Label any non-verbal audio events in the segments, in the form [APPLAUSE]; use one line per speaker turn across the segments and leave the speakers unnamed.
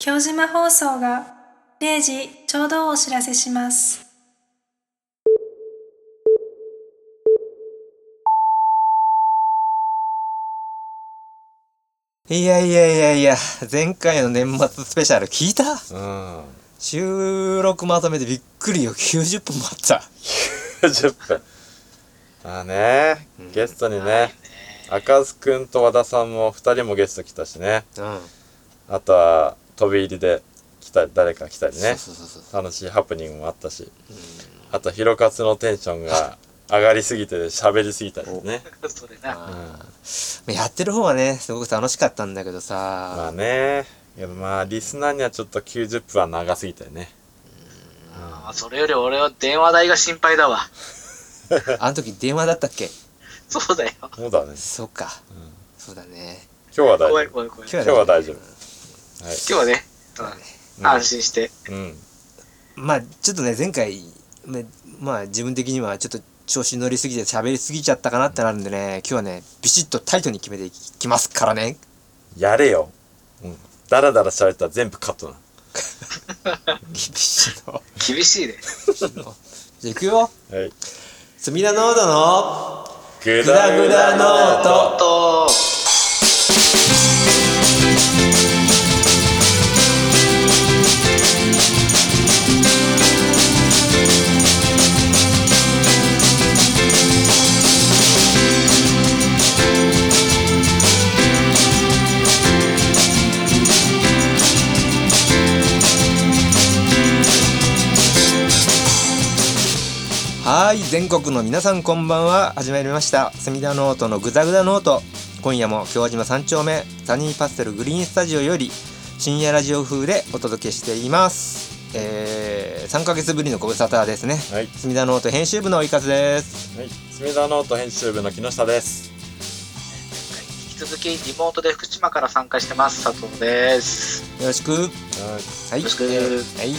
京島放送が0時ちょうどをお知らせします。
いやいやいやいや、前回の年末スペシャル聞いた
[LAUGHS] うん。
収録まとめてびっくりよ、90分もあった。
10分。まあね、ゲストにね、赤津くんと和田さんも2人もゲスト来たしね。
うん。
あとは、飛び入りで来た、誰か来たりね。
そうそうそうそ
楽しいハプニングもあったし。あと、ヒロカツのテンションが上がりすぎて喋りすぎたりね。
それな。
うん。
う。やってる方はね、すごく楽しかったんだけどさ。
まあね。けどまあ、リスナーにはちょっと90分は長すぎたよね。
あそれより俺は電話代が心配だわ。 [LAUGHS]
あの時電話だったっけ
そうだよ。
そうだね。
そうか、そうだね。
今日は大
怖い
丈夫。
怖い怖い。
今
今
日
今日
は
は
大
大
丈
丈
夫
夫。
日はね、うん安心して。
はい。うん。
まあ、ちょっとね、前回、ままあ、自分的にはちょっと調子乗りすぎて喋りすぎちゃったかなってなるんでね、今日はね、ビシッとタイトに決めていきますからね。 [LAUGHS]
やれよ。うん。だらだら喋ったら全部カットな。
厳しいの。
厳しいね。
じゃあ、いくよ。
はい。
隅田ノードの
グ
グダグダノート。
と、
はい全国の皆さんこんばんは始まりました隅田ノートのグダグダノート今夜も京島三丁目サニーパステルグリーンスタジオより深夜ラジオ風でお届けしていますえー、3ヶ月ぶりのご無沙汰ですね
はい。
隅田ノート編集部のいかずです
はい。隅田ノート編集部の木下です。
引き続きリモートで福島から参加してます、佐藤です。
よろしく
はい。
はい、
よろしく
えーはいえ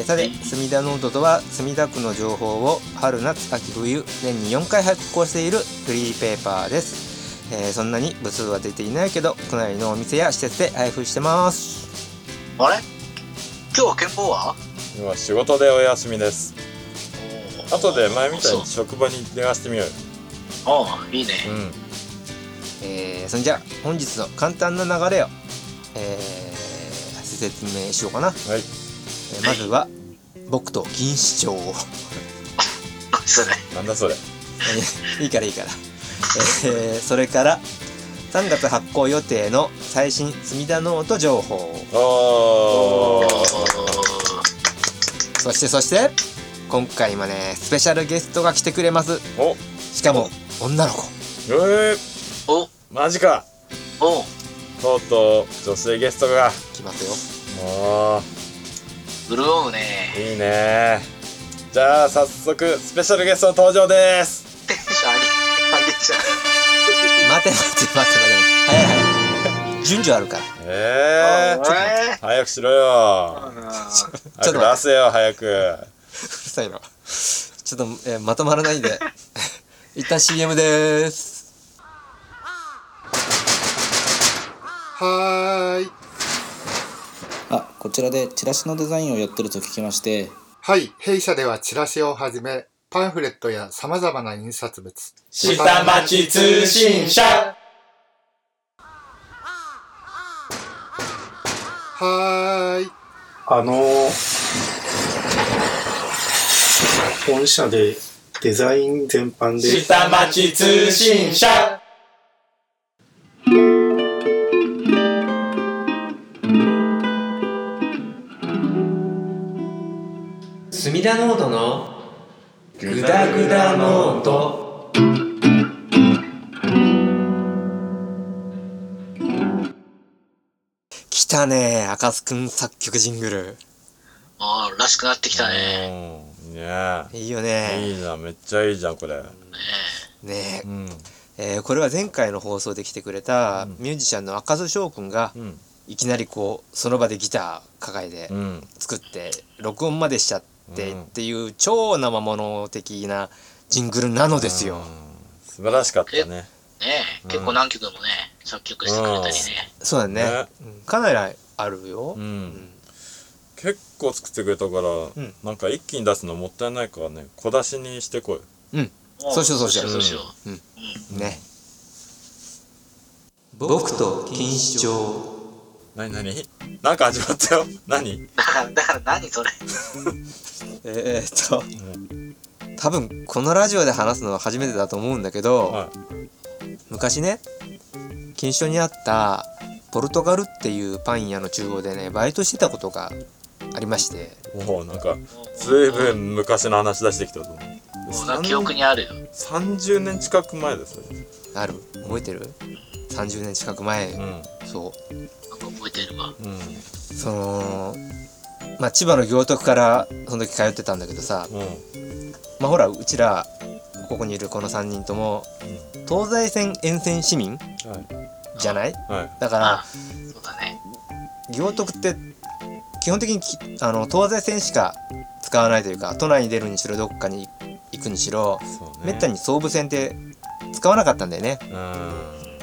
ーさて、墨田ノートとは墨田区の情報を春夏秋冬年に4回発行しているフリーペーパーです、えーそんなに部数は出ていないけど区内のお店や施設で配布してます
あれ今日は健康は
今は仕事でお休みです。後で前みたい
そう
に職場に電話してみようよ。
おういいね。
うん。
えーそんじゃ本日の簡単な流れを、えー説明しようかな、
はい。
えーまずは僕と錦糸町を
何それ。
なんだそれ。
[LAUGHS] いいからいいから、えーそれから3月発行予定の最新墨田ノート情報
おー。
そしてそして今回もねスペシャルゲストが来てくれます
お。
しかも女の子
えー。
お、
マジか。
お、
とうとう女性ゲストが。
来ます
も
潤う
う、
ね。
いいねじゃあ早速スペシャルゲスト登場です。
テンション上げ上げちゃ
よ待て待て待て待て早い早い順序あるから [LAUGHS]
え
う。
ー。
え
早くしろよ。
ー
ちょっと
早く
待
出せよ早く。
うるさいなちょっと、えーまとまらないんで一旦 CM でーす
はーい。
あこちらでチラシのデザインをやってると聞きまして
はい。弊社ではチラシをはじめ、パンフレットや様々な印刷物。
下町通信社
はーい。
あの本社でデザイン全般で下町通信社
墨田ノートのグダグダノート来たね赤須くん作曲ジングル
あーらしくなってきたね。
うん。ね
いいよ
え。
ね
いいじゃんめっちゃいいじゃんこれ。
ね
うん。
えーこれは前回の放送で来てくれたミュージシャンの赤津翔くんが
うん。
いきなりこうその場でギター抱えて
うん。
作って録音までしちゃって
うん
っていう超生物的なジングルなのですよ。
素晴らしかったね。
ねえ、結構何曲もね、作曲してくれたりね。
そうだね。うんかなりあるよう
う、
んん
結構作ってくれたから、
ん
なんか一気に出すのもったいないからね小出しにしてこい
そうしようそうしよう
そうしよう。
ね僕と錦糸町
何何なんか始まったよ何
だから、 [LAUGHS] だから何それ。
えー、っと多分このラジオで話すのは初めてだと思うんだけど、
は
昔ね錦糸町にあったポルトガルっていうパン屋の厨房でねバイトしてたことがありまして
おおなんかずいぶん昔の話出してきたと思う
もうなんか記憶にあるよ。
30年近く前ですね
ある覚えてる ?30 年近く前、
うん
そう
なんか覚えてるわ。
う
そのまあ千葉の行徳からその時通ってたんだけどさ
んうん
まあほらうちらここにいるこの3人とも東西線沿線市民
はい
じゃない
はい
だから
あ、そうだね。
行徳って基本的にきあの東西線しか使わないというか都内に出るにしろどっかに行くにしろ
そう
め
ね
ったに総武線って使わなかったんだよね
う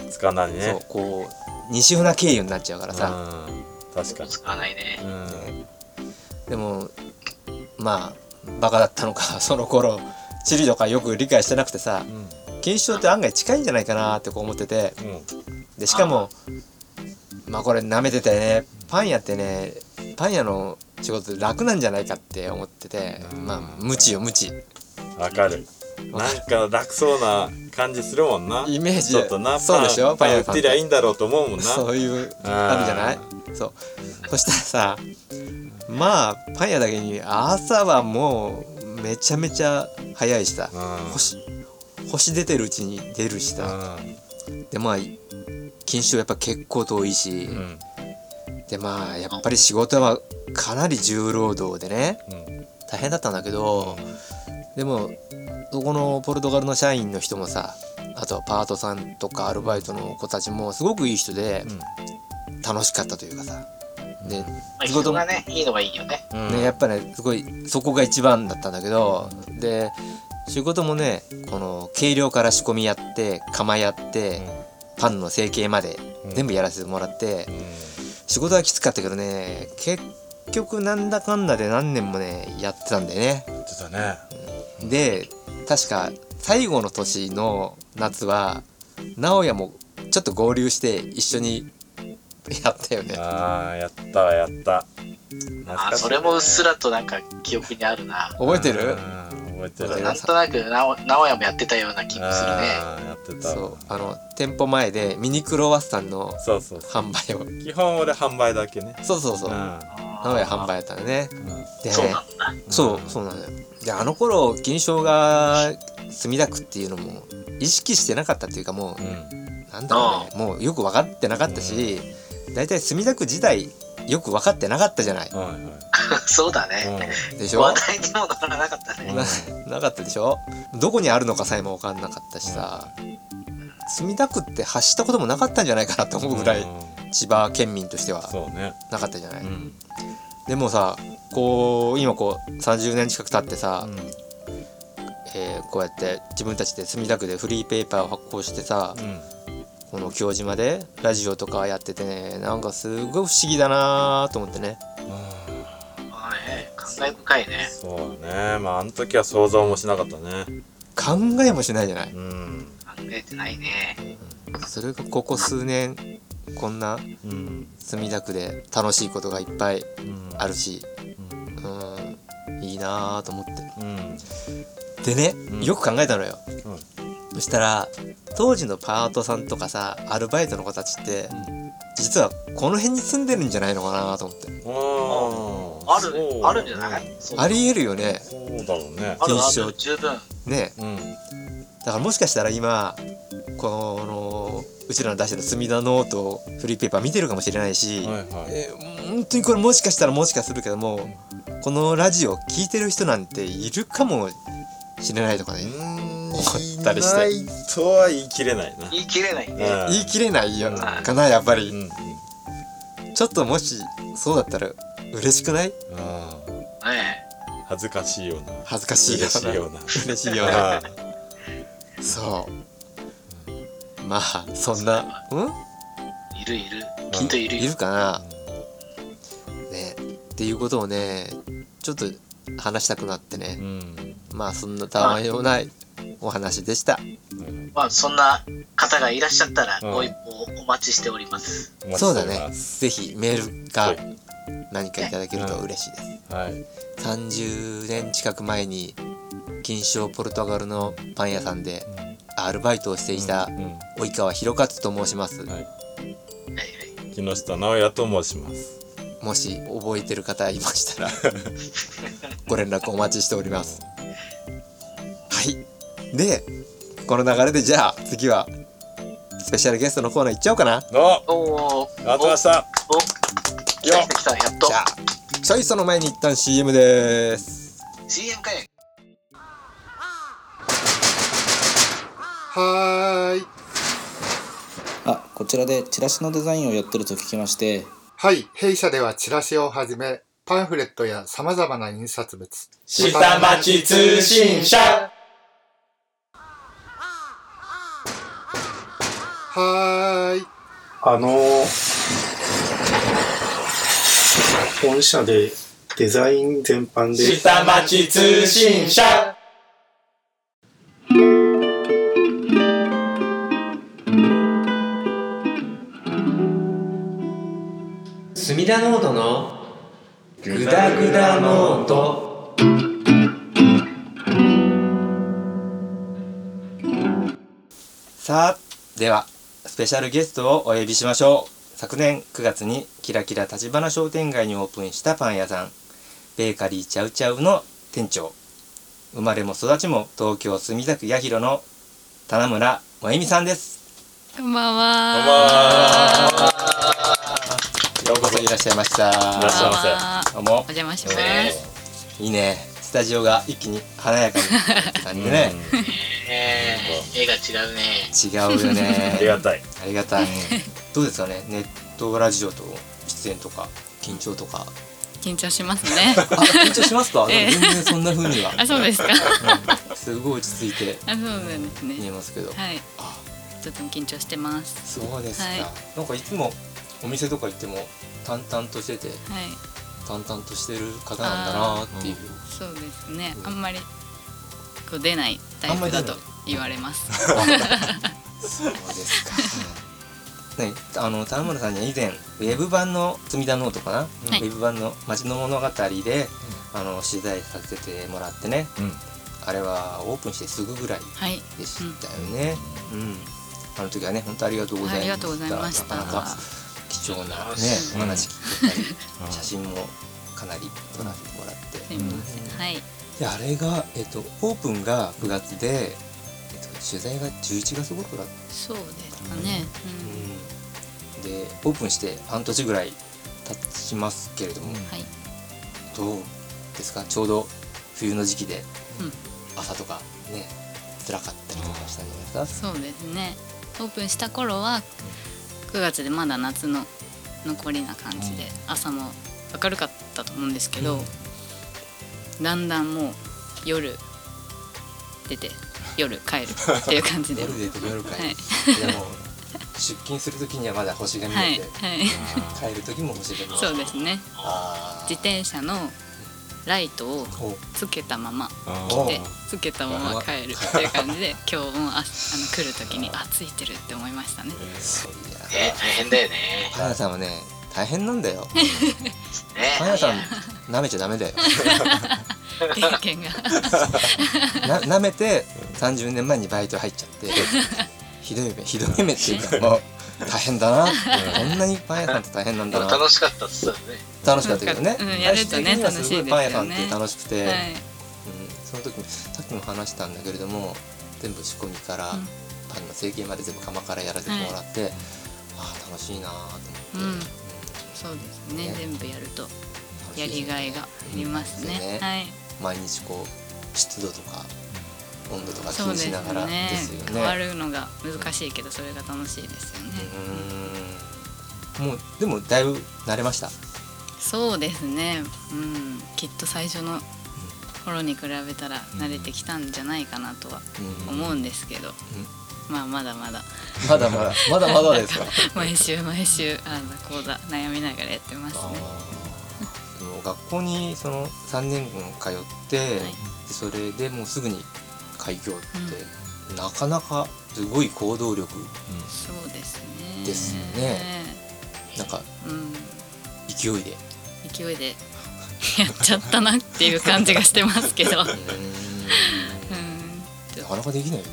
んつかないね
そうこう西船経由になっちゃうからさ、
うん確かに
使わないね。
うん
でもまあバカだったのか [LAUGHS] その頃地理とかよく理解してなくてさ
うん
錦糸町って案外近いんじゃないかなってこう思ってて
うん
でしかもまあこれ舐めててねパン屋ってねパン屋の仕事楽なんじゃないかって思ってて
うん
まあ無知よ無知
わかるなんか楽そうな感じするもんな
イメージ
ちょっとな
そうでしょ
パンパン売
屋
っ
さん
てりゃいいんだろうと思うもんな
そういう
あー
あるじゃないそうそしたらさまあパン屋だけに朝はもうめちゃめちゃ早いしさ
うん
星星出てるうちに出るしさでまあ錦糸町やっぱ結構遠いし、
うんうん
でまあやっぱり仕事はかなり重労働でね
うん
大変だったんだけどでもそこのポルトガルの社員の人もさあとはパートさんとかアルバイトの子たちもすごくいい人で楽しかったというかさで
まあ、
仕
人
事も
がね、いいのはいいよね。
うん
ね、やっぱねすごいそこが一番だったんだけどで仕事もねこの計量から仕込みやって釜やって、パンの成形まで
うん
全部やらせてもらって、
うん
仕事はきつかったけどね結局なんだかんだで何年もねやってたんだよね。
言ってたね
で確か最後の年の夏は直哉もちょっと合流して一緒にやったよね。
あーやったわやった懐
あ
かしい
それもうっすらとなんか記憶にあるな。
覚えてる
うん覚えてる
覚えて
な
ま
ん
す
となくなお、直哉もやってたような気もするね。
あーやってた
そう
わ
あの店舗前でミニクロワッサンの
そうそうそ
販売を
う基本俺販売だけね
そうそうそううん名
名
古屋販売やったのねで
そうなんだ。 [LAUGHS]
そうそうなのよであの頃銀賞が墨田区っていうのも意識してなかったっていうかも
う
うんなんだろうねもうよく分かってなかったし大体墨田区自体よく分かってなかったじゃない
はいは
[LAUGHS] そうだ
いうん
ね。
でしょ
話題にもならなかっ
[LAUGHS]
たね。
ななかったでしょどこにあるのかさえも分かんなかったしさ墨田区って発したこともなかったんじゃないかなと思うぐらい
うん
千葉県民としては
そうね
なかったじゃない、
うん
でもさこう今こう30年近く経ってさ、
う
えーこうやって自分たちで墨田区でフリーペーパーを発行してさ、
ん
この京島でラジオとかやっててねなんかすごい不思議だなと思ってね
はい感慨深いね。
そうねまああの時は想像もしなかったね
考えもしないじゃない
うん
考えてないね。
それがここ数年こんな
うん
墨田区で楽しいことがいっぱい
うん
あるし
うん
うんいいなと思っ
うん
てでね、
うん
よく考えたのよそしたら当時のパートさんとかさアルバイトの子たちって、実はこの辺に住んでるんじゃないのかなと思って
あ
ある、あるんじゃないそう
ありえるよね
そうだろうね
ある
検
あ
証
る、十分。
ね
うん
だからもしかしたら今このうちらの出してる墨田ノートをフリーペーパー見てるかもしれないし、
はいはい
えー本当にこれもしかしたらもしかするけどもこのラジオ聞いてる人なんているかもしれないとかね
うん
思ったりして
いないとは言い切れないな
言い切れないね。
うん
言い切れないよ
うん
かなやっぱり、
うん
ちょっともしそうだったら嬉しくない
あー
ね
恥ずかしいような
恥ずかしいよ
嬉しいような
嬉しいよな
あーそう
まあそんなうん
いるいる。きっといる
い
よ
る。かなっていうことをねちょっと話したくなってね
うん。
まあそんなたわいもないお話でした
まあ、そんな方がいらっしゃったら、
うん
ご一報お待ちしております。
お待ち
そうだ
しており
ね
ます
ぜひメール
は
か
い
何かいただけると嬉しいです
はい。
30年近く前に金賞ポルトガルのパン屋さんでアルバイトをしていた
うんうん
及川博勝と申します、
はい。
はいはい。
木下直也と申します。
もし覚えてる方いました
[LAUGHS]
らご連絡お待ちしておりますはいでこの流れでじゃあ次はスペシャルゲストのコーナー行っちゃおうかな
おあり
おー。
がとうございました。
お、来た来た来た、やっと
じ。ゃあちょいその前に一旦 CM です、
CM かい。
はーい。
あこちらでチラシのデザインをやってると聞きまして
はい。弊社ではチラシをはじめ、パンフレットや様々な印刷物。
下町通信社
はーい。
あの本社でデザイン全般で下町通信社
隅田ノートのグダグダノートさあではスペシャルゲストをお呼びしましょう昨年9月にキラキラ立花商店街にオープンしたパン屋さんベーカリーチャウチャウの店長生まれも育ちも東京墨田区八広の棚村真由美さんです
こんばんは。
こんばんは
ようこそいらっしゃいました
いらっしゃいませ
どうも
お邪魔しま
お
す。
願いし
いいねスタジオが一気に華やかに感じでね
えー、絵が違う
違
ね。
うよね
[LAUGHS]
ありがたい。
ありがたいどうですかねネットラジオと出演とか緊張とか
[LAUGHS] 緊張しますね。
あ緊張しますかで
ええ
も全然そんな風には
[LAUGHS] あ、そうですか。
すごい落ち着いて
あ、そうなんです
見え
ね。
ますけど
はい。
あ
とても緊張してます。
そうですか、
はい
なんかいつもお店とか行っても淡々としてて
はい。
淡々としてる方なんだなっていう
そうですね
う。ん
あんまり。こう出ないタイプだと
あんま
言われます。
そうですか。ね、あの田村さんには以前ウェブ版の「隅田ノート」かな、
はい
ウェブ版の「街の物語で」あの取材させてもらってね
うん。
あれはオープンしてすぐぐらい
はい。
でしたよね、うんあの時はね本当ありがとうございました
ありがとうございました
なかなか貴重なね
う
お
ん
話聞けたり、
うん
写真もかなり撮らせてもらって、
すみません。はい。
であれが、えっと、オープンが9月で、えっと、取材が11月頃だった
そうですかね。うん
でオープンして半年ぐらい経ちますけれども、
はい。
どうですかちょうど冬の時期で
うん
朝とかね辛かったりとかしたんじゃないですか、
そうですね。オープンした頃は9月でまだ夏の残りな感じで朝も明るかったと思うんですけど、だんだんもう夜出て夜帰るっていう感じ [LAUGHS] では
夜
い
でと夜かい、
はい
でも出勤する時にはまだ星が見
は
え
い
て、帰る時も星が見えて
[LAUGHS] そうですね
あー
自転車のライトを
お
つけたまま
あ
お
ー
でつけたまま帰るっていう感じ [LAUGHS] で今日もああの来る時にあついてるって思いました [LAUGHS] ね
そういや
ね、大変だよね。
パン屋さんはね大変なんだよパン
ね。
屋さん舐めちゃダメだよ
経験が
な舐めて30年前にバイト入っちゃ
[LAUGHS]
ってひどい目ひどい目っていうかもう大変だなこんなにパン屋さんって大変なん
で
だ
も
な
楽しかったっつったよね。
楽しかったけどね、
うんやると
最終
ね
的にはすごいパン屋さんって楽しくて、
はい
うん、その時もさっきも話したんだけれども全部仕込みから、
うん
パンの成形まで全部釜からやらせてもらって、ああ楽しいなーと
う
思って、
んそうですね
ね
全部やると
楽し
や
いです
り
ね
がいがありますね,、
うん
はい
毎日こう湿度とか温度とか気
そうで
に
す
し
ね
ながらですよね
変わるのが難しいけどそれが楽しいですよね、
うーんもうでもだいぶ慣れました
そうですねうんきっと最初の頃に比べたら慣れてきたんじゃないかなとは思うんですけど、まあま
[LAUGHS]
だまだ
まだまだまだまだですか
毎週毎週あの講座悩みながらやってますね
あと学校にその3年間通って、
はい
でそれでもうすぐに開業って、なかなかすごい行動力
そうですね
ですねなんか
うん
勢いで。
勢いでやっちゃったなっていう感じがしてます
[LAUGHS]
けどうん
うーんなかなかできないよね。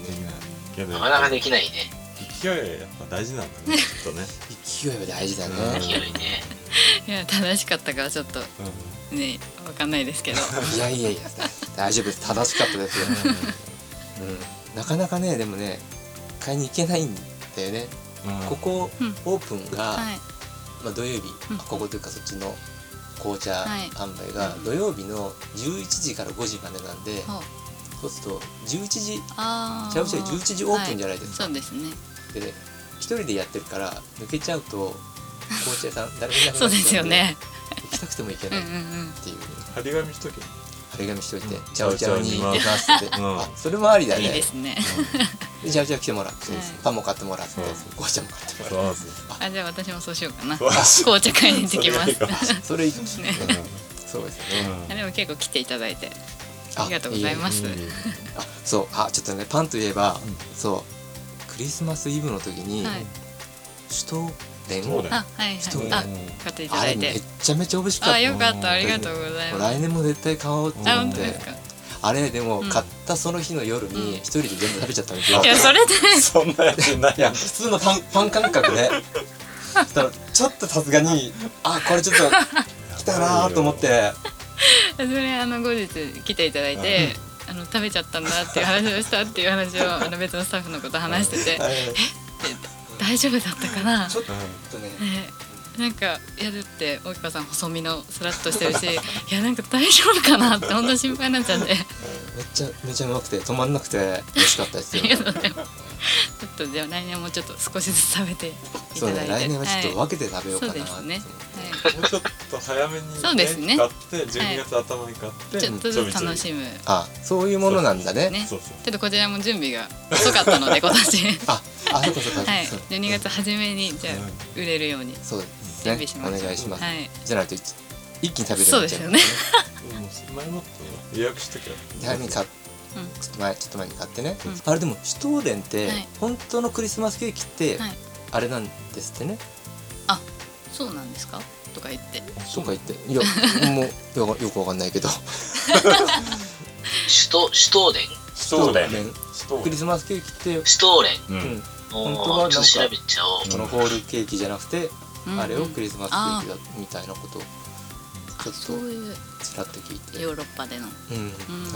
けど
なかなかできないね。
勢いやっぱ大事なんだねきっとね、
勢いは大事だね。
うん
勢いね。
いや正しかったかはちょっとねわかんないですけ
[LAUGHS]
ど
いやいやいや、大丈夫です。正しかったですよ。うん、なかなかね、でもね、買いに行けないんだよね。
うん
ここ
うん
オープンが、
はい
まあ土曜日、
うん
ここというかそっちの紅茶
はい
販売が
うん
土曜日の11時から5時までなんで、
ほう
そうすると11時、
ああ
ちゃうちゃう11時オープンじゃないですか。
そうですね
で、一人でやってるから抜けちゃうと紅茶屋
[LAUGHS]
さん誰もいなく
そ
な
う
っ
で
ちゃん
すよね
行きたくても行け
うん
ない
う
っ
んうん
ていう。
張り紙しとけ
張り紙しといて
うん
「ちゃおちゃおに行きます」 [LAUGHS] って、
うん
あそれもありだ
いい
ね
ですね
でちゃおちゃお来てもらって、
はい
パンも買ってもらって、
うん
紅茶も買ってもらっ
そうそう
あじゃあ私もそうしようかな
うわ
紅茶買いに行ってきま
それがいいかも
す
てそれいいかもしれない、
うん
そうですよね、
あでも結構来ていただいてありがとうございます
ええあそうあちょっとねパンといえば、そうクリスマスイブの時に、
はい
シュトーレン
そう
を
だよ
あはい
人
は
も
いあ買っていた
あ
だ
れ
い
め
て
っちゃめちゃ美味しかった
あよかったありがとうござい
もう
ます
来年も絶対買おうって
あ
思
本
っ
当です
て
か
あれでも
うん
買ったその日の夜に一人で全部食べちゃったんですよ、
いやそれで [LAUGHS]
そんなやつない
いや普通のパンパン感覚でそしたらちょっとさすがにあこれちょっと来たなと思って
それあの後日来ていただいて、あの食べちゃったんだっていう話をしたっていう話をあの別のスタッフのこと話してて
[LAUGHS] あれ
大丈夫だったかな、
ちょっとね
ねなんかいやだって大川さん細身のスラッとしてる
[LAUGHS]
しいやなんか大丈夫かなって本当心配になっちゃって
めっちゃめちゃうまくて止まんなくて美味しかったです
あ
よ
りがとうございますちょっとじゃあ来年もちょっと少しずつ食べていた
そう
だ
ね
いて
来年はちょっと
はい
分けて食べようかなって
そうですね
もうちょっと早めに、ね、
そうですね
買って12月頭に買って、
はいちょっとずつ楽しむ
あそういうものなんだね
ね
そうそう
ちょっとこちらも準備が遅かったので今
[LAUGHS]
年
ああそうかそうか、
はい
そう
12月初めにじゃあ売れるように
そうです
準
ね
備し
お
ましょう
願いします、
はい
じゃないと一一気に食べれ
そうですよね
もう前もって予約しとけよ
早めに買っ
うん
ちょっと前ちょっと前に買ってね、
うん
あれでもシュトーレンって、
はい
本当のクリスマスケーキって、
はい
あれなんですってね
そうなんですかとか言って
とか言っていやもうよくよくわかんないけど
シュト、シュトーレン
シュトーレン
シ
シ
ュトーレ
ュトー
[LAUGHS] ク
レ
リスマスケーキって、
シュトーレン。
ン
うん
お
本当はなん
ー
か
ちょっと調べちゃおう。
このホールケーキじゃなくて、
うん
あれをクリスマスケーキだみたいなことを
あ
ち
そう
ょっ
いう
とちらっと聞いて
ヨーロッパでの
うん
うんうんうんう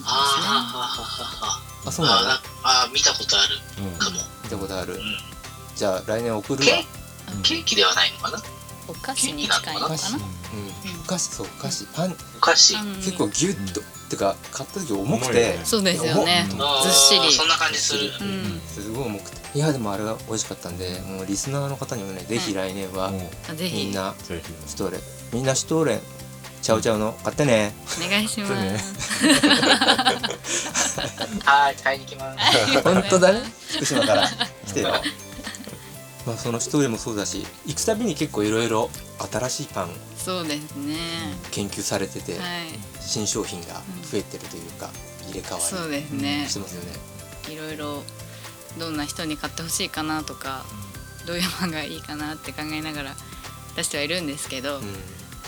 ん
はいあ
ああ
そうなんですね
ー、
そう
あ
な
ー
ん
あ
だ
ー、あー見たことあるかも。
見たことある、
ん
じゃあ来年送るわ
ケ、ケーキではないのかな
お菓子に近いのか
お菓
な
子、うん、お菓子そうお菓子パン
お菓子。
うん
結構ギュッと、てか買った時重
重
く
いよ
て
ね
そうですよね
重っ
あー
ずっしり
そんな感じする。
うん
すごい重くていやでもあれが美味しかったんでもうリスナーの方にもねぜひ来年は
も
あぜ
みん
ひ
な
うぜひ
シュトーレンみんなシュトーレンちゃうちゃうの買ってね
お願いします
はい、買いに行きます。
[LAUGHS]
本当だね福島から来てよまあその一人もそうだし行くたびに結構いろいろ新しいパン
そうですね
研究されてて、
はい
新商品が増えてるというか入れ替
そ
わ
うですね
りしてますよね
いろいろどんな人に買ってほしいかなとかどういう漫画がいいかなって考えながら出してはいるんですけど
うん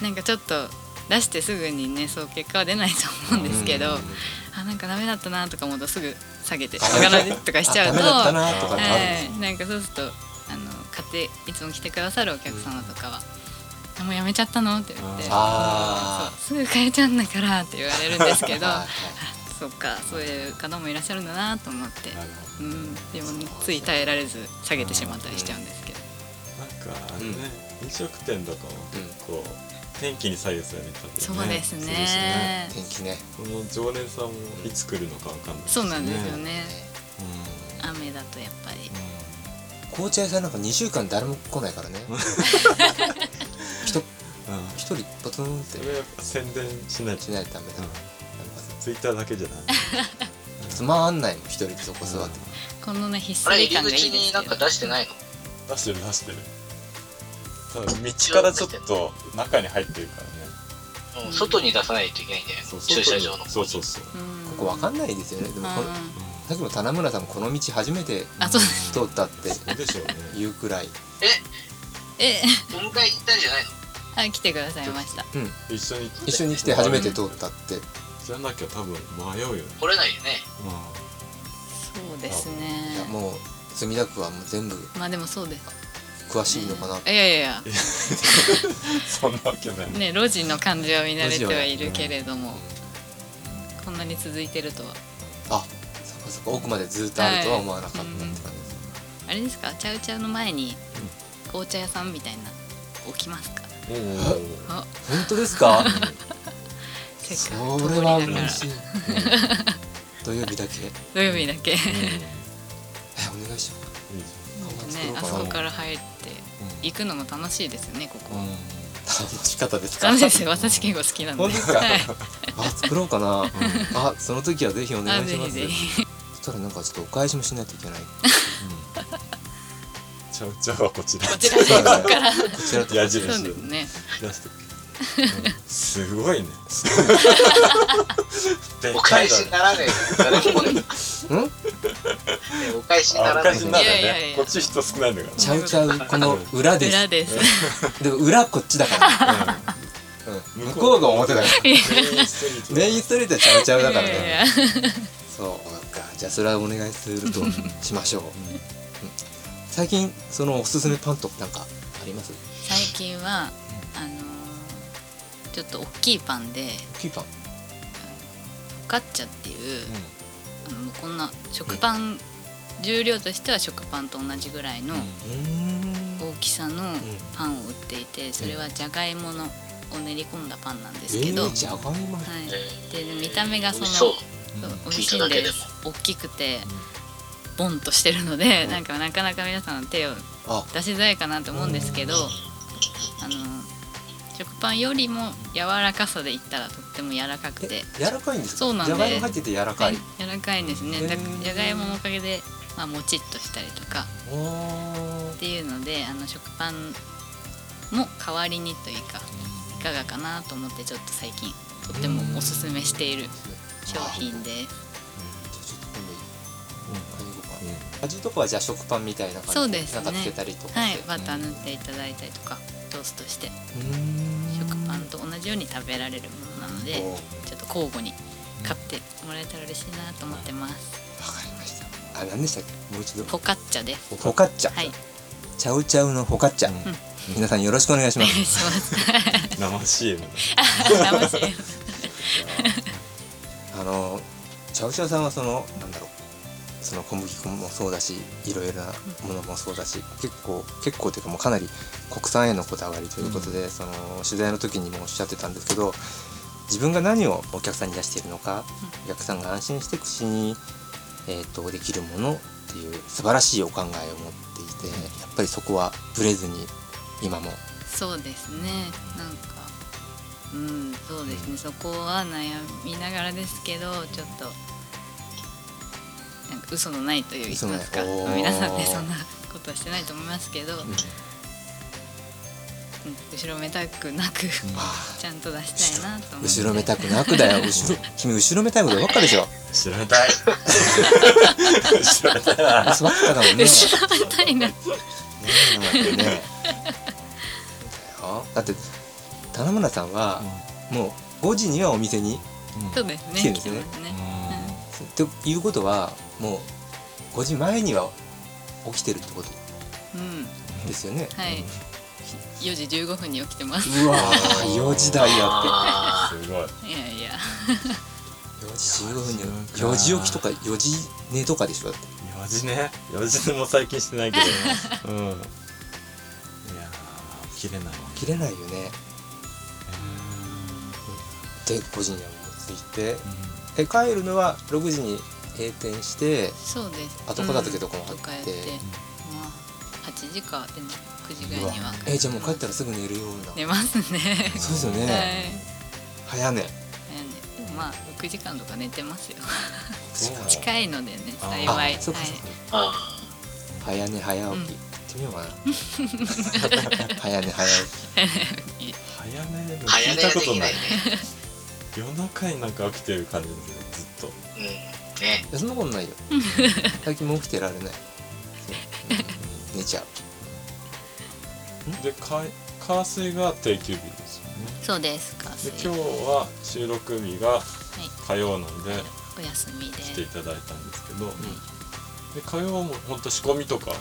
なんかちょっと出してすぐにねそう結果は出ないと思うんですけど
うん
あなんかダメだったなとか思うとすぐ下げて他のとかしちゃうと
あダメだったなとかってあるんです
はい、なんかそうするとあの買っていつも来てくださるお客様とかは「あもうやめちゃったの?」って言って
あ
そうすぐ変えちゃうんだから」って言われるんですけど
[LAUGHS] はいはい
そっかそういう方もいらっしゃるんだなと思って、うん、でもつい耐えられず下げてしまったりしちゃうんですけど、
なんかあれね、飲食店とかも結構天気に左右されてたけど
そうですね
そうですね
天気ね
この常連さんもいつ来るのかわかんないし
そうなんですよね
うんうん
雨だとやっぱり
紅茶屋さんなんか2週間誰も来ないから
[LAUGHS]
ね
うん
人一人ポツンっ
そ
て
れはやっぱ宣伝しないと
しないとダメだ、
うん
なんか
ツイッターだけじゃない
つまんないもん一人でそこ座って、
このね必
あれ、
須
入
感
り
がいい
口
で
に
す
なん
け
か
ど
出してないの
出してる出してるただ道からちょっと中に入ってるからね
うん外に出さないといけないんだよね
そう
駐車場の
そうそうそう
うん
ここわかんないですよねでもこれ
あ
さっきも棚村さんもこの道初めて
ーあそう
通ったって
そうでしょうね
言うくらい
え [LAUGHS]
お迎え行ったんじゃないの
あ来てくださいました
一緒に
一緒に来て初めて通ったって
じゃなきゃ多分迷うよね
来れないよね
そうです
いや
ね
もう墨田区はもう全部
まあでもそうです
詳しいのかな、
いやいやいや
そんなわけない
ね路地の感じは見慣れてはいるけれども、こんなに続いてるとは
あそこそこ奥までずっとあるとは思わなかったって感じです、
あれですかチャウチャウの前に紅茶屋さんみたいな置きますか
おー
あ
本当ですか
せ
そ
っか
れ
く通りだ
は
から
嬉しい、土曜日 [LAUGHS] だけえ
土曜日だけ、ね、
お願いしよう
いいじ
あそこから入って行くのも楽しいですよねここ、
かな、うん、楽しかったですか
楽しいですよ私結構好きなんで
本当ですか
はい、
あ作ろうか [LAUGHS] な、あその時はぜひお願
あ
い
ぜ
しま
ひ
す
ぜひ
そしたらなんかちょっとお返しもしないといけない
ゃんちゃうちゃうはこちら
こちらでここから
こちらと
矢
そう
印
ですね
出してすごいねでっ
お
か
返
いだ
し
ね
にならねえよ誰も来ない [LAUGHS] ねお返しにな
あ
ら
お
ない
かしに
な
な
る
る
いやいやい
ね
や
こっち人少ないのが
ちゃうちゃうこの裏です
裏です
でも裏こっちだから、うん向こうが表だ [LAUGHS] から
全員ストリートだ
メインストリートはちゃうちゃうだから
いやい
ね
やいや
そうかじゃあそれはお願いするとしましょう、うん最近そのおすすめパンとかなんかあります
最近はあのーちょっと大きいパンで
キーパン
フォカッチャっていう、あのもうこんな食パン、重量としては食パンと同じぐらいの大きさのパンを売っていてそれはじゃがいものを練り込んだパンなんですけど、
じゃがいも
はい、
え
で見た目がその
そう
そう
聞
美味
い
しい
た
ん
だけ
で
です
大きくてボンとしてるので、なんかなかなか皆さんの手を
あ
出しづらいかなと思うんですけど、あの食パンよりも柔らかさでいったらとっても柔らかくて
え柔らかいんですか
そうなん
じ
で
ゃがいも入ってて柔らかい、
柔らかいんですね、
うん
だじゃがいものおかげで、まあ、もちっとしたりとか
おー
っていうのであの食パンも代わりにというかいかがかなと思ってちょっと最近とってもおすすめしている商品で
じ
す
ゃあちょっと今度買いに行こうか味とかはじゃあ食パンみたいな
そ
感
う
じで
です
な
ね
んかつけたりとか
はい
して
バター塗っていただいたりとかトーストして
うーん
食パンと同じように食べられるものなので
おー
ちょっと交互に買ってもらえたら嬉しいなと思ってます
わかりましたあ何でしたっけもう一度
フォカッチャです
フォカッチャ、
はい
チャウチャウのフォカッチャ、皆さんよろしくお願いし
お
ま
願い
す
します [LAUGHS]
生 CM だ
楽しい
あのチャウチャウさんはそのなんだろうその小麦粉もそうだしいろいろなものもそうだし結構結構というかもうかなり国産へのこだわりということで、その取材の時にもおっしゃってたんですけど自分が何をお客さんに出しているのか、お客さんが安心して口に、えー、とできるものっていう素晴らしいお考えを持っていてやっぱりそこはぶれずに今も
そうですねなんかうんそうですねそこは悩みながらですけどちょっとなんか嘘のないという言いますか
嘘のないおー
皆さんねそんなことはしてないと思いますけど、うん後ろめたくなく
あ
ちゃんと出したいなと思って
後ろめたくなくだよ後ろ君後ろめたいことばっかでしょ
知られたい知られたいな
嘘ばっかだもんね
[LAUGHS] 後ろめたいな
ねだよだって棚村さんは、もう5時にはお店に
そうですね
来てるんですね
来てますね
ということはもう5時前には起きてるってこと
うん
ですよね、
はい4時15分に起きてます
うわー4時台やって
あ
すごい
いやいや
4時15分に4時起きとか4時寝とかでしょだって
四時ね四時も最近してないけどうんいやー起きれないわ
起きれないよねで5時にはもう着いて、え帰るのは6時に閉店して
そうです
あと子育てとかもあって
うんとかやってまあ8時かでも9時ぐらいには
えじゃあもう帰ったらすぐ寝るような、
寝ますね
そうですよ
はい
ね、早寝
早寝でもまあ6時間とか寝てますよ
そうなの
近いのでね
あー
幸いはい
あそうかそうか
ーあ
早寝早起き、
うん
ってみようかな早寝早起き
早寝の
[LAUGHS]
聞い
早寝は
た
で
こと
き
な
ないいね。
夜中になんか起きてる感じですねずっ
うん。ね。
いやそんなことないよ最近も起きてられない寝ちゃう
とでか火水が定休日ですよね
そうですか
で今日は収録日が火曜なんで
お休みで
来ていただいたんですけど、で火曜はもうほんと仕込みとかある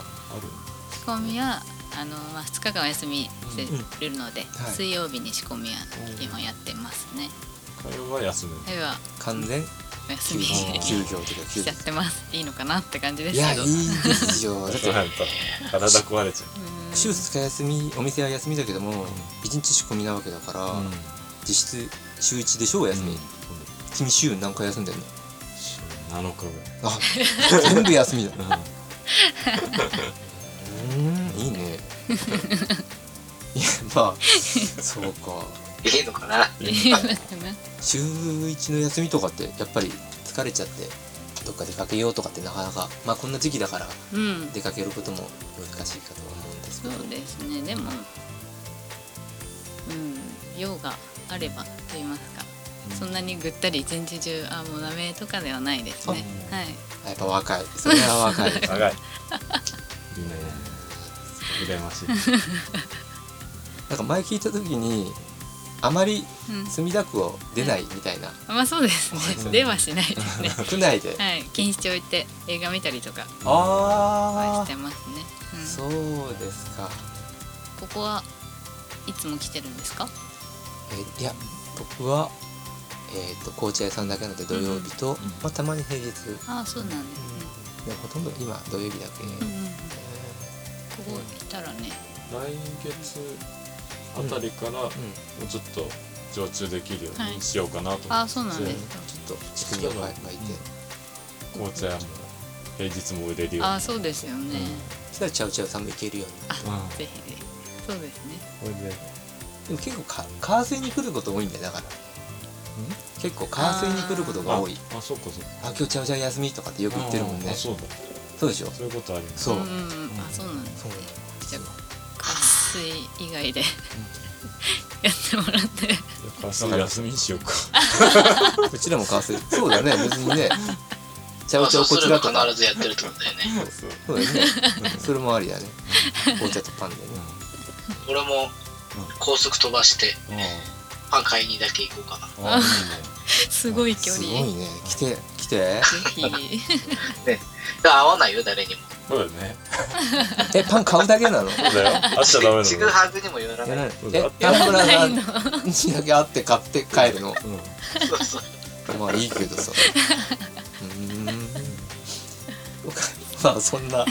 仕込みはあの、まあ、2日間お休みしてるので、
はい
水曜日に仕込みは基本やってますね。
火曜は
[LAUGHS]
休む
では
完全
お
休
休み
業
し
休業というか休
ちゃってます。いいのかなって感じで
い
す
や
け
いい
ど。
ですよだっ
そう
て
なんだ体壊れちゃ
[LAUGHS] うん
週2日休みお店は休みだけども一日仕込みなわけだから、
う、うん
実質週1でしょお休み、
うん
君週何回休んでんの
週7日ぐらい
あ全部休みだうんいいねいや [LAUGHS] まあそうか
いいのかな。
いいのかな
週1の休みとかってやっぱり疲れちゃってどっか出かけようとかってなかなかまあこんな時期だから
[LAUGHS] うん。
出かけることも難しいかとは思うんですけ
そ
ど
うですね。でも、うん、用があればと言いますか、そんなにぐったり一日中あもうダメとかではないですね。はい。
やっぱ若いそれは若 [LAUGHS] い
長 [LAUGHS] いいい
[LAUGHS]
ね羨ましい
なんか前聞いた時にあまり
うん。
墨田区を出ないみたいな
まあそうですね。ではしないです [LAUGHS] ね。
区内で
はい。禁止しておいて映画見たりとかは
あ
してますね。うん
あそうですか
ここはいつも来てるんですか？
えーいや僕はえっ、と紅茶屋さんだけなので土曜日と、まあ、たまに平日で
ああそうなんですね。
ほとんど今土曜日だけ、
うんうんうん。ここ来たらね。
来月あたりからもう
うん
ちょっと常駐できるようにしようかなと思
ああ
って
そうなんですか。
ちょっと仕組みを変えて、
紅茶屋も平日も売れるよう
あ
に
あそうですよね。
そしたらチャウチャウさんも行けるように
うん
ぜひぜひ。そうですね。
これで
でも結構か川沿いに来ること多いんだよだから結構川沿いに来ることが多い
ああそうかそうか
あ今日チャウチャウ休みとかってよく言ってるもん
あ
ね
あ
そう
そうだ
でしょ
そういうことあります
そう、
うんうんうん、あそうなんです
そう
ね
なんです
じゃ
よ
あ加水以外でやってもらって
明日休みにしようか
うちらも川沿いそうだね別にねチャ
ま
ウ
あ
チャ
そう
ウこ
す
ち
れば
らとか
必ずやってるってことだよね。
そうだよねそれもありだね紅茶とパンでね
俺も高速飛ばして
うん
パン買いにだけ行こうかな。
ああいいね
すごい距
す
離
ごいね来て来
[LAUGHS]
て
ぜひ
だから合わないよ誰にも。
そうだよね
えパン買うだけなの
そう
[LAUGHS]
だよあっちゃダメ
ち
な
ぐ
の
はぐにもよら
や
な。
らないい
そうだ
え田村さんにだけ会って買って帰るの
うん
そうそう。
まあいいけど
[LAUGHS]
さうーんまあそんな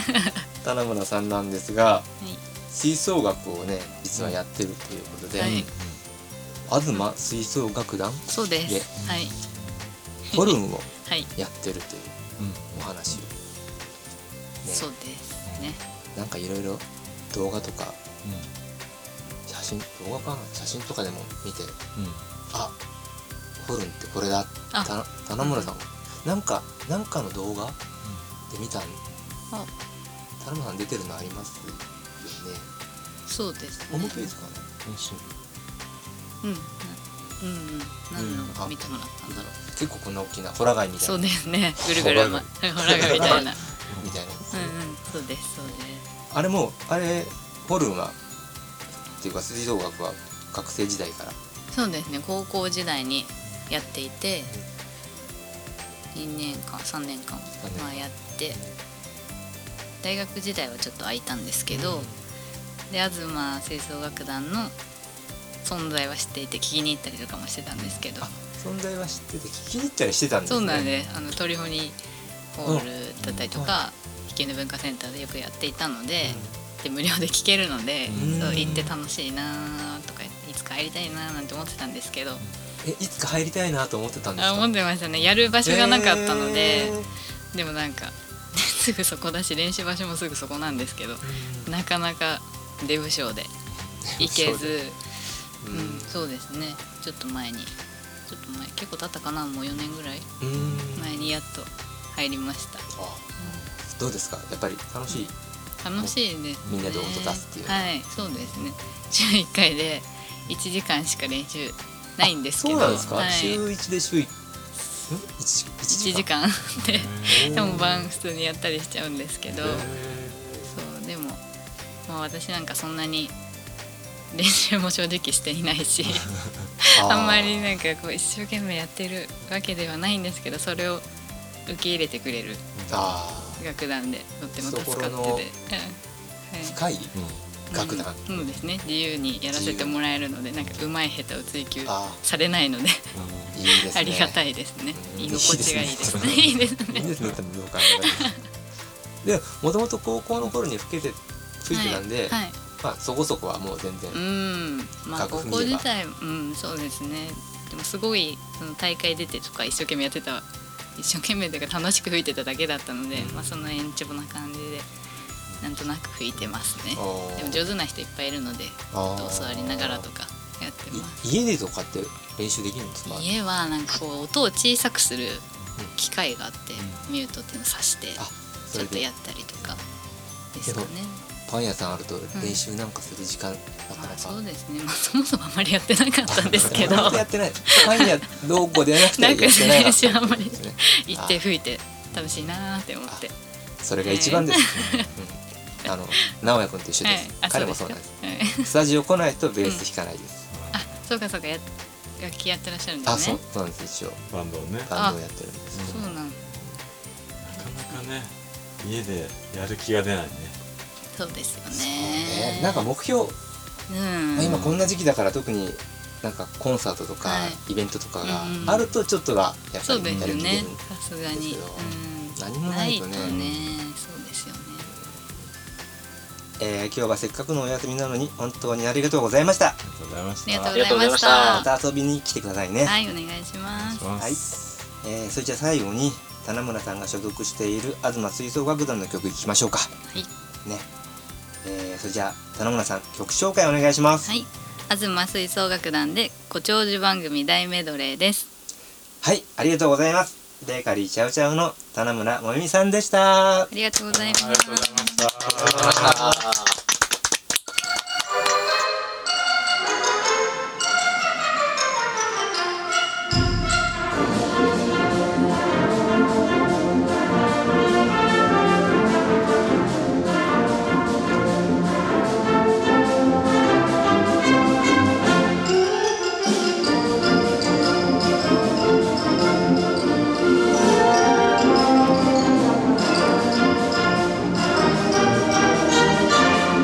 田村さんなんですが、
い
吹奏楽をね実はやってるということで、
はい
東吹奏楽
[LAUGHS]
団
そうで
です
はい
ホルンを
はい
やってるという
うん
お話を、ね、
そうですね
なんかいろいろ動画とか
うん
写真動画かな写真とかでも見て
うん
あホルンってこれだ
あ
た棚村さん、なんかなんかの動画で見たん
あ
田村さん出てるのありますよね
そうですね
ホームページか
うんうんうんうん何の
うんあ
見てもらったんだろ
な結構こんな大きなホラ貝み
う
た
そ
いうな
ですねぐるぐるまほらがみたいな
みたいな
うんうんそうですそうです
あれもあれホルンはっていうか吹奏楽は学生時代から
そうですね高校時代にやっていて2年間3年間
三年
まあやって大学時代はちょっと空いたんですけど、で東吹奏楽団の存在は知っていて聞きに行ったりとかもしてたんですけど
あ存在は知ってて聞きに行ったりしてたんですね
そうなんですあのトリフォニーホールだったりとか引きの文化センターでよくやっていたので,、で無料で聴けるので、
うん
そう行って楽しいなーとかいつか入りたいなーなんて思ってたんですけど、
えいつか入りたいなと思ってたんです
あ
か
思ってましたねやる場所がなかったので、
えー
でもなんか [LAUGHS] すぐそこだし練習場所もすぐそこなんですけど、なかなか出不精で行けず、
う
うんんそうですねちょっと前にちょっと前結構経ったかなもう4年ぐらい
うん
前にやっと入りました
あどうですかやっぱり楽しい
楽しいです、ね、
みんなで音出すっていう
はいそうですね週1回で1時間しか練習ないんです
そ
けど
うなんですか、
はい、
週1で週 1,
1
1
時
時間
間で本番普通にやったりしちゃうんですけどそうでも、まあ、私なんかそんなに練習も正直していないし
ー
[LAUGHS] あんまりなんかこう一生懸命やってるわけではないんですけどそれを受け入れてくれる
あ
楽団でとっても助かってて、
懐の
うんはい、
ー深い楽団、
うんそうですね自由にやらせてもらえるのでなんか上手い下手を追求
あ
されないので
ーいいですね
[LAUGHS] ありがたいですね
うん
居心地がいいですね
い
いい
[LAUGHS]
ですね
いいですねってどうかでもともと高校の頃に吹けて吹いてたんで、
はいはい
まあ、そこそこはもう全然、
うんまあ
楽
高
譜見
校
れば
自体うんそうですねでもすごいその大会出てとか一生懸命やってた一生懸命というか楽しく吹いてただけだったので、まあ、その延長な感じでなんとなく吹いてますね
おー
でも上手な人いっぱいいるので
あ
ちょっと
ー
教わりながらとかやってます
い家でとかって練習できるんですか
家はなんかこう音を小さくする機械があって、ミュートっていうのを挿して
あそ
ちょ
れ
っと
で
やったりとかですかね。
パン屋さんあると練習なんかする時間なかな
まあ、
か、
そうですね、まあ、そもそもあまりやってなかったんです
[LAUGHS]
けど
あんまりやっ
行
てないパン屋どうこうではなくてやって
[LAUGHS]
ない
なんか練習あんまり
ですね
って吹いて楽しいなーって思って。
それが一番です、うんあの直哉君と一緒です、
はいあ
彼もそうなんです
かはい
スタジオ来ないとベース弾かないです、
あ、そうかそうかや楽器やってらっしゃるんで
あ
す
そ
ね
う。そうなんです一応
バンドをねなか
バンドをやってるんです
そうなん、
なかね家でやる気が出ないね
そうですよ
ね
ね。
なんか目標、
うん、
まあ今こんな時期だから特になんかコンサートとか
は
イベントとか
うん
があるとちょっとはやっぱ
そうで
りや
す
る気出
ね
る、
さすがに
ですよ。
うん
何もないとね
そうですよね。
えー今日はせっかくのお休みなのに本当にありがとうございました
ありがとうございまし
あり
た
がとうございました。
また遊びに来てくださいね
はい、お願いします。
お願いします
はい、えーそれじゃあ最後に棚村さんが所属している東吹奏楽団の曲聴きましょうか
い
ねえーそれじゃあ棚村さん曲紹介お願いします
はい、東吹奏楽団でご長寿番組大メドレーです。
はい、ありがとうございます。ベーカリーチャウチャウの棚村もゆみさんでした
あ。りがとうございます。
「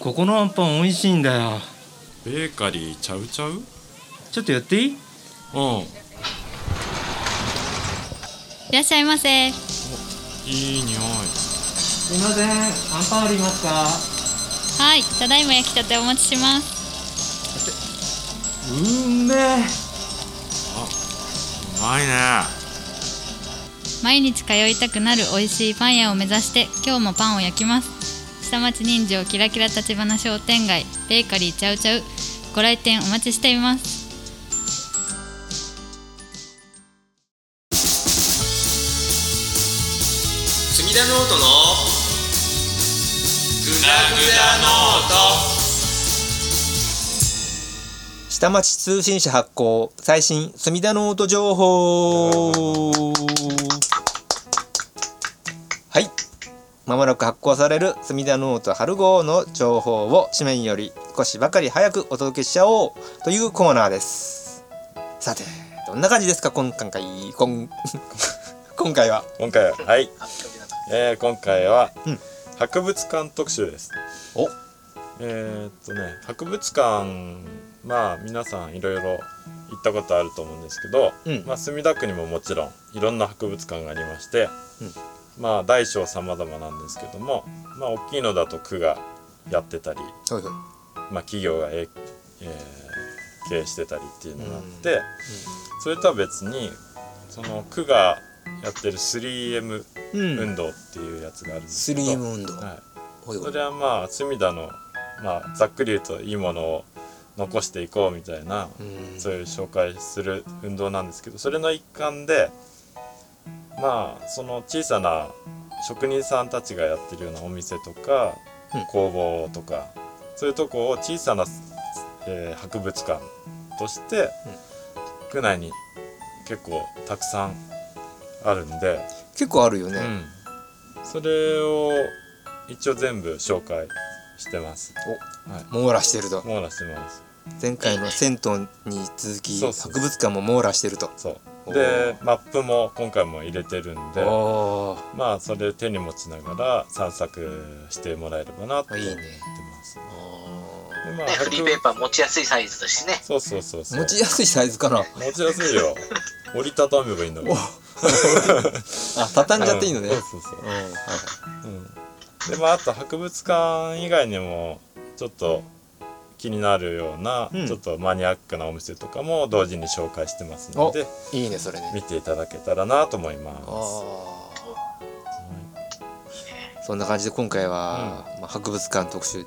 ここのアンパン美味しいんだよ
ベーカリーちゃうちゃううん
ちょっとやっていい
いらっしゃいませ
いい匂い
すいませんアンパンありますか
はいただいま焼きたてお持ちします
うんめ
う
え
まいね
毎日通いたくなる美味しいパン屋を目指して今日もパンを焼きます下町人情キラキラ立花商店街ベーカリーちゃうちゃうご来店お待ちしています
隅田ノートのグダグダノート
下町通信社発行最新隅田ノート情報はいまもなく発行される隅田ノート春号の情報を紙面より少しばかり早くお届けしちゃおうというコーナーですさてどんな感じですか今回今 [LAUGHS] 今回は
今回ははい、
あ興味なかっ
えー、今回は、
うん
博物館特集です
お
えー、っとね博物館まあ皆さんいろいろ行ったことあると思うんですけど、
うん
まあ、墨田区にももちろんいろんな博物館がありまして、
うん
まあ大小様々なんですけどもまあ大きいのだと区がやってたり、
そうそう
まあ、企業が、えーえー経営してたりっていうのがあって、それとは別にその区がやってる 3M
う
運
ん
動っていうやつがあるんです
ス
けど、
リーム運動
はい、
おいお
そ
い
れはまあ隅田の、まあ、ざっくり言うといいものを残していこうみたいな、
うん
そういう紹介する運動なんですけどそれの一環でまあその小さな職人さんたちがやってるようなお店とか、
うん
工房とかそういうとこを小さな、えー博物館として、区内に結構たくさんあるんで。
結構あるよね、
うん、それを一応全部紹介してます
網羅してると
網羅してます
前回の銭湯に続き
そうそう
博物館も網羅してると
そう
おー
でマップも今回も入れてるんで
おー
まあそれ手に持ちながら散策してもらえればなって
いい
思
ね
ってますで
た
まあ
ね、フリーペーパー持ちやすいサイズだしね。
そうそうそうそう
持ちやすいサイズかな
持ちやすい
[LAUGHS]
よ折りたためばいいんだもん
あ畳んじゃっていいのね、
うんそうそうそう
うんはい
でまああと博物館以外にもちょっと気になるような、
うん
ちょっとマニアックなお店とかも同時に紹介してますの
お
で
いいねそれね
見ていただけたらなと思いま
あ
す。
あそんな感じで今回は、まあ、博物館特集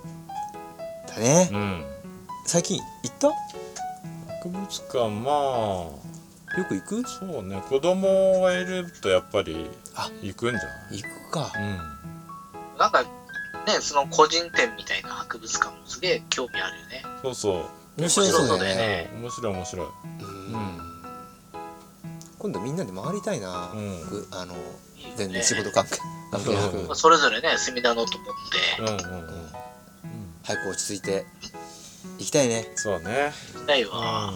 だね、
うん、
最近行った
博物館ま
よく行く
あそうね子供がいるとやっぱり
あ
行くんじゃ
行くか
ない、
なんか、ね、その個人店みたいな博物館もすげえ興味あるよね。
うん、そうそう
面白そうだよね
ね面白い面白い、
うん
う
今度みんなで回りたいな、
うん
ぐあの
いいよね
全然仕事関係関係なく、
まあそれぞれね、隅田のと思って、
うんうんうん、
早く落ち着いて行きたいね
そうね、
行きたいうわ。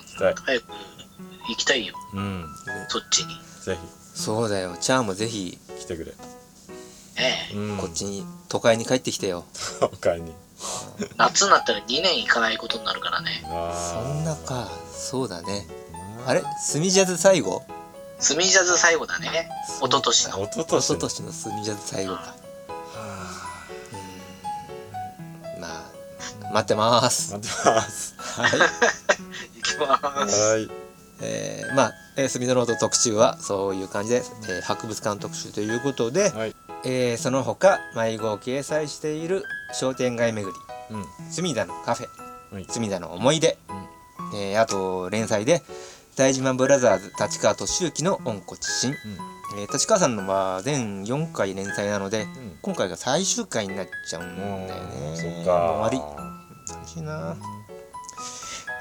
行きたい、
早く行きたいよ、
うん、
そっちに。
ぜ
そうだよチャーもぜひ
ひ来てくれ、
ね
うん、
こっちに都会に帰ってきてよ、
[LAUGHS] お買いに
え夏になったら2年行かないことになるからね。
そ
そんなかそうだねあれスミジャズ最後
隅ジャズ最後だね。一昨年
[LAUGHS]
一
の。
昨
一
年
昨年のスミジャズ最後かうんまあ待ってます
待ってます
行きます。
はい
[LAUGHS] えー、まあ、えー、隅田ノート特集はそういう感じで、えー博物館特集ということで、
はい
えーその他迷子を掲載している商店街巡り
うん
隅田のカフェ、
はい
隅田の思い出、えーあと連載で大島ブラザーズ立川俊之の温故知新、えー立川さんのは全4回連載なので、
ん
今回が最終回になっちゃうんだよ
も
ね
うそっか
終わり寂しいな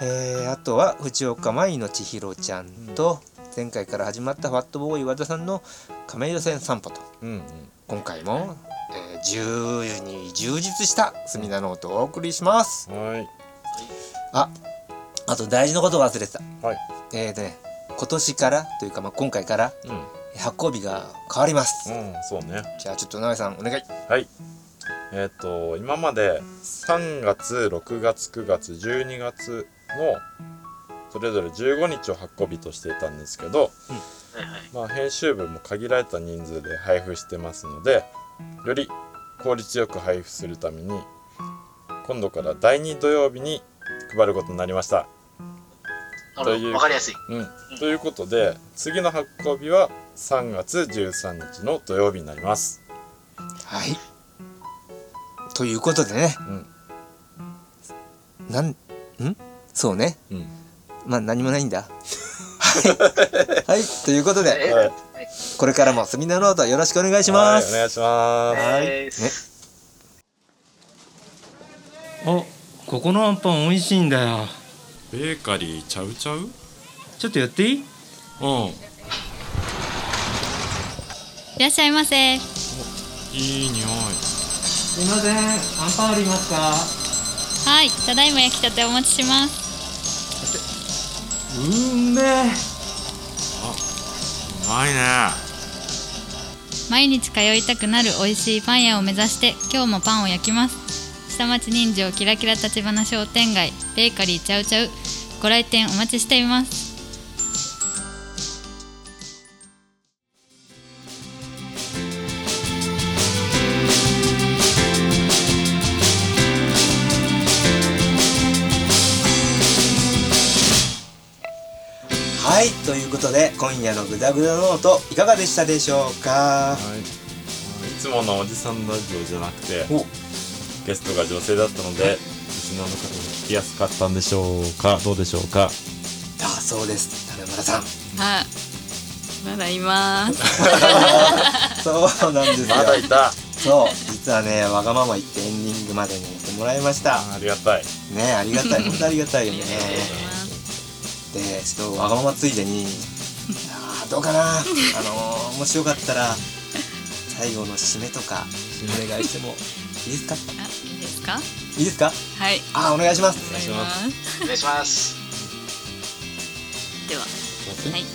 えーあとは藤岡舞の千尋ちゃんと前回から始まったファットボーイ和田さんの亀戸線散歩と
うんうん
今回も、えー、十に充実した隅田ノートをお送りします
はい
ああと大事なこと忘れてた
はい
えーとね今年からというか、まあ、今回から
うん
発行日が変わります、
うんそうね
じゃあちょっと永井さんお願い
はい、ええっ、と今まで3月6月9月12月のそれぞれ15日を発行日としていたんですけど、まあ、編集部も限られた人数で配布してますのでより効率よく配布するために今度から第2土曜日に配ることになりました。
なるほどわかりやすい。
うん、ということで次の発行日は3月13日の土曜日になります。
はいということでね、なんんそうね、まあ何もないんだ [LAUGHS] はい、はい、ということで、
はい
これからも隅田ノートよろしくお願いします、
はいお願いします
はいね
あここのアンパン美味しいんだよ
ベーカリーちゃうちゃう
ちょっとやっていい
うん
いらっしゃいませ
いい匂い
すいませんアンパンありますか
はいただいま焼きたてお持ちします
うんめえ
うまいね
毎日通いたくなる美味しいパン屋を目指して今日もパンを焼きます下町人情キラキラ立花商店街ベーカリーちゃうちゃうご来店お待ちしています
はいということで今夜のグダグダノートいかがでしたでしょうか
いつものおじさんラジオじゃなくて
お
ゲストが女性だったのでリスナーの方に聞きやすかったんでしょうかどうでしょうか
あそうです種村さん [LAUGHS]
はいまだいます
そうなんですよ
まだいた
そう実はねわがまま言ってエンディングまでにやってもらいました
ありが
[LAUGHS]
たい
ねありが [LAUGHS] たい本当ありがたいよねでちょっとわがままついでにあーどうかなあのー、もしよかったら最後の締めとかお願いしてもいいですか
いいですか
いいですか
はい
あーお願いします
お願いします
お願いします
では、はい、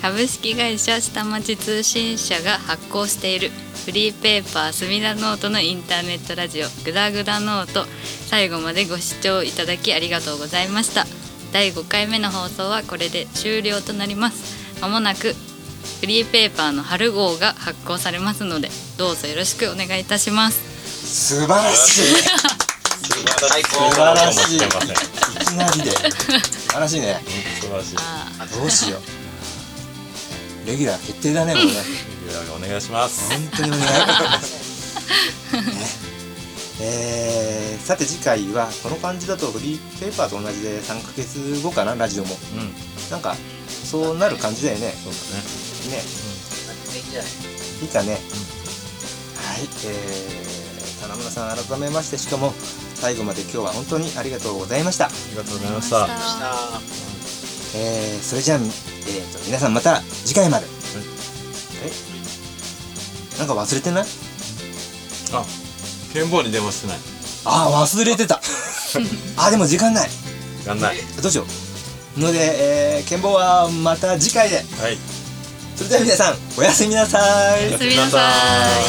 株式会社下町通信社が発行しているフリーペーパー隅田ノートのインターネットラジオ「グダグダノート」最後までご視聴いただきありがとうございました第5回目の放送はこれで終了となりますまもなくフリーペーパーの春号が発行されますのでどうぞよろしくお願いいたします
素晴らしい
最
素晴らしいいきなりで素晴らしいね
素晴らしい
どうしようレギュラー決定だねもうね
レギュラーお願いします
本当にお願いねえー、さて次回はこの感じだとフリーペーパーと同じで3ヶ月後かなラジオも、なんかそうなる感じだよねそうだねね
いいんじゃない
いいかね、はい、えー、田村さん改めましてしかも最後まで今日は本当にありがとうございましたあ
りがとうございました
えー、それじゃあ、えー、と皆さんまた次回まで、えなんか忘れてない
あ剣棒に電話してない
あー忘れてたあでも時間ない
やんない
どうしようので、えー、健忘はまた次回で
はい
それでは皆さんおやすみなさい
おやすみなさい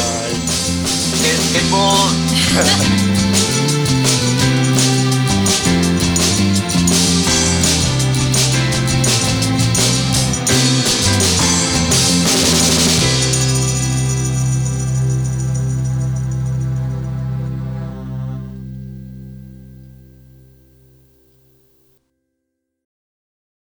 健忘